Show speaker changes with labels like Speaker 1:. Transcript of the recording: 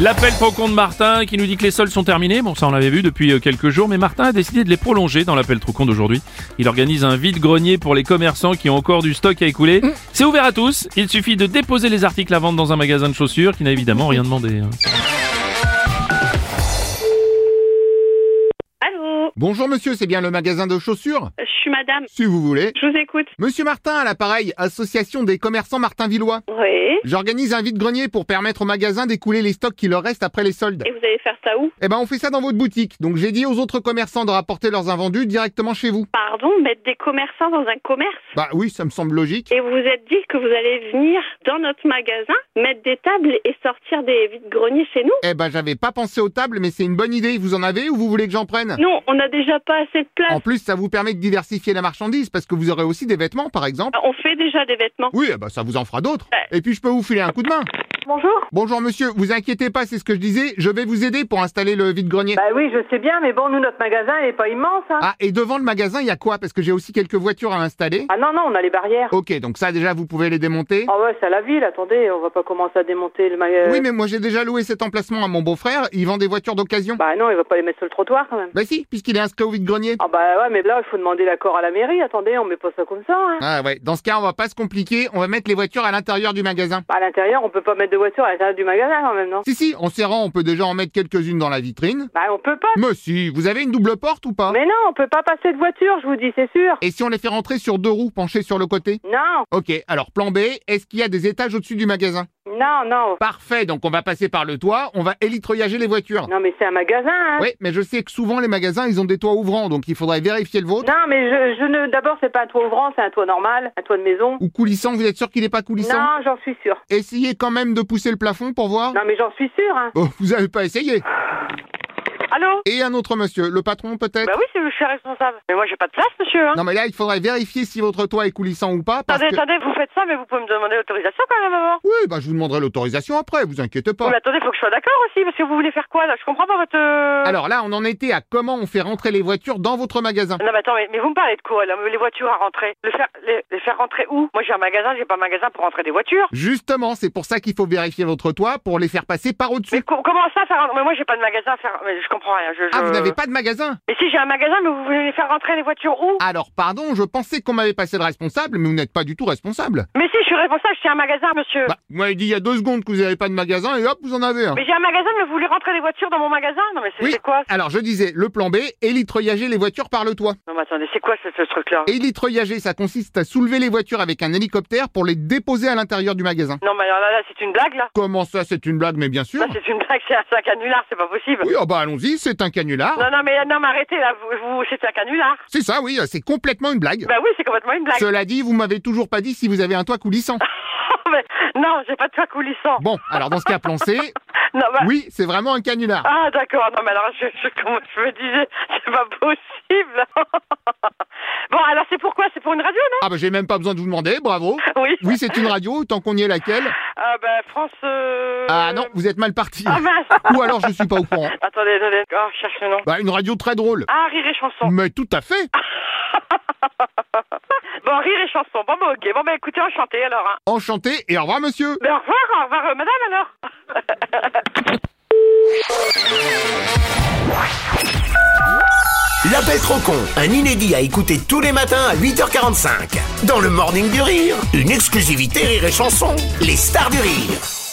Speaker 1: L'appel pour compte Martin qui nous dit que les soldes sont terminés. Bon, ça on l'avait vu depuis euh, quelques jours, mais Martin a décidé de les prolonger dans l'appel Troucon d'aujourd'hui. Il organise un vide-grenier pour les commerçants qui ont encore du stock à écouler. C'est ouvert à tous. Il suffit de déposer les articles à vendre dans un magasin de chaussures qui n'a évidemment rien demandé. hein.
Speaker 2: Allô
Speaker 3: Bonjour monsieur, c'est bien le magasin de chaussures
Speaker 2: Je suis madame.
Speaker 3: Si vous voulez.
Speaker 2: Je vous écoute.
Speaker 3: Monsieur Martin à l'appareil, association des commerçants Martin-Villois.
Speaker 2: Oui.
Speaker 3: J'organise un vide-grenier pour permettre au magasin d'écouler les stocks qui leur restent après les soldes.
Speaker 2: Et vous allez faire ça où
Speaker 3: Eh ben on fait ça dans votre boutique. Donc j'ai dit aux autres commerçants de rapporter leurs invendus directement chez vous.
Speaker 2: Pardon, mettre des commerçants dans un commerce
Speaker 3: Bah oui, ça me semble logique.
Speaker 2: Et vous vous êtes dit que vous allez venir dans notre magasin, mettre des tables et sortir des vides greniers chez nous
Speaker 3: Eh ben j'avais pas pensé aux tables, mais c'est une bonne idée. Vous en avez ou vous voulez que j'en prenne
Speaker 2: Non, on n'a déjà pas assez de place.
Speaker 3: En plus, ça vous permet de diversifier la marchandise parce que vous aurez aussi des vêtements, par exemple.
Speaker 2: Ah, On fait déjà des vêtements.
Speaker 3: Oui, eh ben, ça vous en fera d'autres.
Speaker 2: Ouais.
Speaker 3: Et puis je peux vous filer un coup de main.
Speaker 4: Bonjour.
Speaker 3: Bonjour monsieur, vous inquiétez pas, c'est ce que je disais. Je vais vous aider pour installer le vide-grenier.
Speaker 4: Bah oui, je sais bien, mais bon, nous, notre magasin, il est pas immense, hein. Ah,
Speaker 3: Ah, et devant le magasin, il y a quoi Parce que j'ai aussi quelques voitures à installer.
Speaker 4: Ah non, non, on a les barrières.
Speaker 3: Ok, donc ça déjà, vous pouvez les démonter.
Speaker 4: Ah ouais, c'est à la ville, attendez, on va pas commencer à démonter le euh, magasin.
Speaker 3: Oui, mais moi j'ai déjà loué cet emplacement à mon beau-frère. Il vend des voitures d'occasion.
Speaker 4: Bah non, il va pas les mettre sur le trottoir, quand même.
Speaker 3: Bah si, puisqu'il est inscrit au vide-grenier.
Speaker 4: Ah bah ouais, mais là, il faut demander l'accord à la mairie, attendez, on met pas ça comme ça, hein.
Speaker 3: Ah ouais, dans ce cas, on va pas se compliquer, on va mettre les voitures à l'intérieur du magasin.
Speaker 4: Bah, à l'intérieur, on peut pas mettre de voiture à l'intérieur du magasin, quand même, non
Speaker 3: Si si, en serrant, on peut déjà en mettre quelques-unes dans la vitrine.
Speaker 4: Bah on peut pas.
Speaker 3: Mais si, vous avez une double porte ou pas
Speaker 4: Mais non, on peut pas passer de voiture, je vous dis, c'est sûr.
Speaker 3: Et si on les fait rentrer sur deux roues penchées sur le côté
Speaker 4: Non,
Speaker 3: Ok, alors plan B, est-ce qu'il y a des étages au-dessus du magasin
Speaker 4: non, non.
Speaker 3: Parfait, donc on va passer par le toit, on va élitroyager les voitures.
Speaker 4: Non, mais c'est un magasin, hein.
Speaker 3: Oui, mais je sais que souvent les magasins, ils ont des toits ouvrants, donc il faudrait vérifier le vôtre.
Speaker 4: Non, mais je, je ne. D'abord, c'est pas un toit ouvrant, c'est un toit normal, un toit de maison.
Speaker 3: Ou coulissant, vous êtes sûr qu'il n'est pas coulissant
Speaker 4: Non, j'en suis sûr.
Speaker 3: Essayez quand même de pousser le plafond pour voir.
Speaker 4: Non, mais j'en suis sûr, hein.
Speaker 3: Oh, vous avez pas essayé.
Speaker 4: Allô
Speaker 3: Et un autre monsieur, le patron peut-être
Speaker 4: Bah oui, c'est- je suis responsable. Mais moi, j'ai pas de place, monsieur. Hein.
Speaker 3: Non mais là, il faudrait vérifier si votre toit est coulissant ou pas, parce
Speaker 4: Attendez,
Speaker 3: que...
Speaker 4: attendez, vous faites ça, mais vous pouvez me demander l'autorisation quand même avant.
Speaker 3: Oui, bah je vous demanderai l'autorisation après, vous inquiétez
Speaker 4: Oh,
Speaker 3: pas.
Speaker 4: mais attendez, faut que je sois d'accord aussi, parce que vous voulez faire quoi là Je comprends pas votre. euh,
Speaker 3: Alors là, on en était à comment on fait rentrer les voitures dans votre magasin.
Speaker 4: Non, mais attends, mais, mais vous me parlez de quoi là Les voitures à rentrer Le faire, les, les faire rentrer où Moi, j'ai un magasin, j'ai pas un magasin pour rentrer des voitures.
Speaker 3: Justement, c'est pour ça qu'il faut vérifier votre toit pour les faire passer par
Speaker 4: Mais
Speaker 3: au-dessus.
Speaker 4: co- comment ça faire rentrer Mais moi, j'ai pas de magasin à faire. Mais je comprends rien. Je, je...
Speaker 3: Ah, vous n'avez pas de magasin
Speaker 4: Mais si j'ai un magasin, mais vous voulez les faire rentrer les voitures où
Speaker 3: Alors pardon, je pensais qu'on m'avait passé le responsable, mais vous n'êtes pas du tout responsable.
Speaker 4: Mais si, je suis responsable, j'ai un magasin, monsieur.
Speaker 3: Bah, vous m'avez dit il y a deux secondes que vous n'avez pas de magasin et hop, vous en avez un.
Speaker 4: Mais j'ai un magasin, mais vous voulez rentrer les voitures dans mon magasin Non, mais c'est
Speaker 3: Oui.
Speaker 4: c'est quoi
Speaker 3: Alors je disais, le plan B, élitroyager les voitures par le toit.
Speaker 4: Non, mais attendez, c'est quoi ce, ce truc-là
Speaker 3: Élitroyager, ça consiste à soulever les voitures avec un hélicoptère pour les déposer à l'intérieur du magasin.
Speaker 4: Non, mais alors là, là c'est une blague là.
Speaker 3: Comment ça, c'est une blague, mais bien sûr.
Speaker 4: Là, c'est une blague, c'est un, c'est un canular, c'est pas possible.
Speaker 3: Oui, ah bah allons-y, c'est un canular.
Speaker 4: Non, non, mais non, mais arrêtez là, vous, vous- c'est un canular.
Speaker 3: C'est ça, oui, c'est complètement une blague.
Speaker 4: Bah oui, c'est complètement une blague.
Speaker 3: Cela dit, vous m'avez toujours pas dit si vous avez un toit coulissant.
Speaker 4: Mais- non, j'ai pas de toit coulissant.
Speaker 3: Bon, alors dans ce cas, plan C,
Speaker 4: Non, bah-
Speaker 3: oui, c'est vraiment un canular.
Speaker 4: Ah, d'accord, non, mais alors, je, je- comment je me disais, c'est pas possible. bon, alors, c'est pourquoi C'est pour une radio,
Speaker 3: Ah bah j'ai même pas besoin de vous demander, bravo.
Speaker 4: non Oui.
Speaker 3: Oui, c'est une radio, tant qu'on y est laquelle.
Speaker 4: Ah, bah, France. euh,
Speaker 3: Ah non, vous êtes mal parti.
Speaker 4: Ah, mince.
Speaker 3: Ou alors je suis pas au courant.
Speaker 4: attendez, attendez. Oh, je cherche le nom.
Speaker 3: Bah une radio très drôle.
Speaker 4: Ah, rire et chanson.
Speaker 3: Mais tout à fait.
Speaker 4: Bon, rire et chanson. Bon, bah, ok. Bon, bah, écoutez, enchanté alors. Hein.
Speaker 3: Enchanté et au revoir monsieur.
Speaker 4: Ben, au revoir, au revoir, euh, madame alors.
Speaker 5: L'appel trop con, un inédit à écouter tous les matins à 8h45. Dans le Morning du Rire, une exclusivité Rire et Chanson, les stars du rire.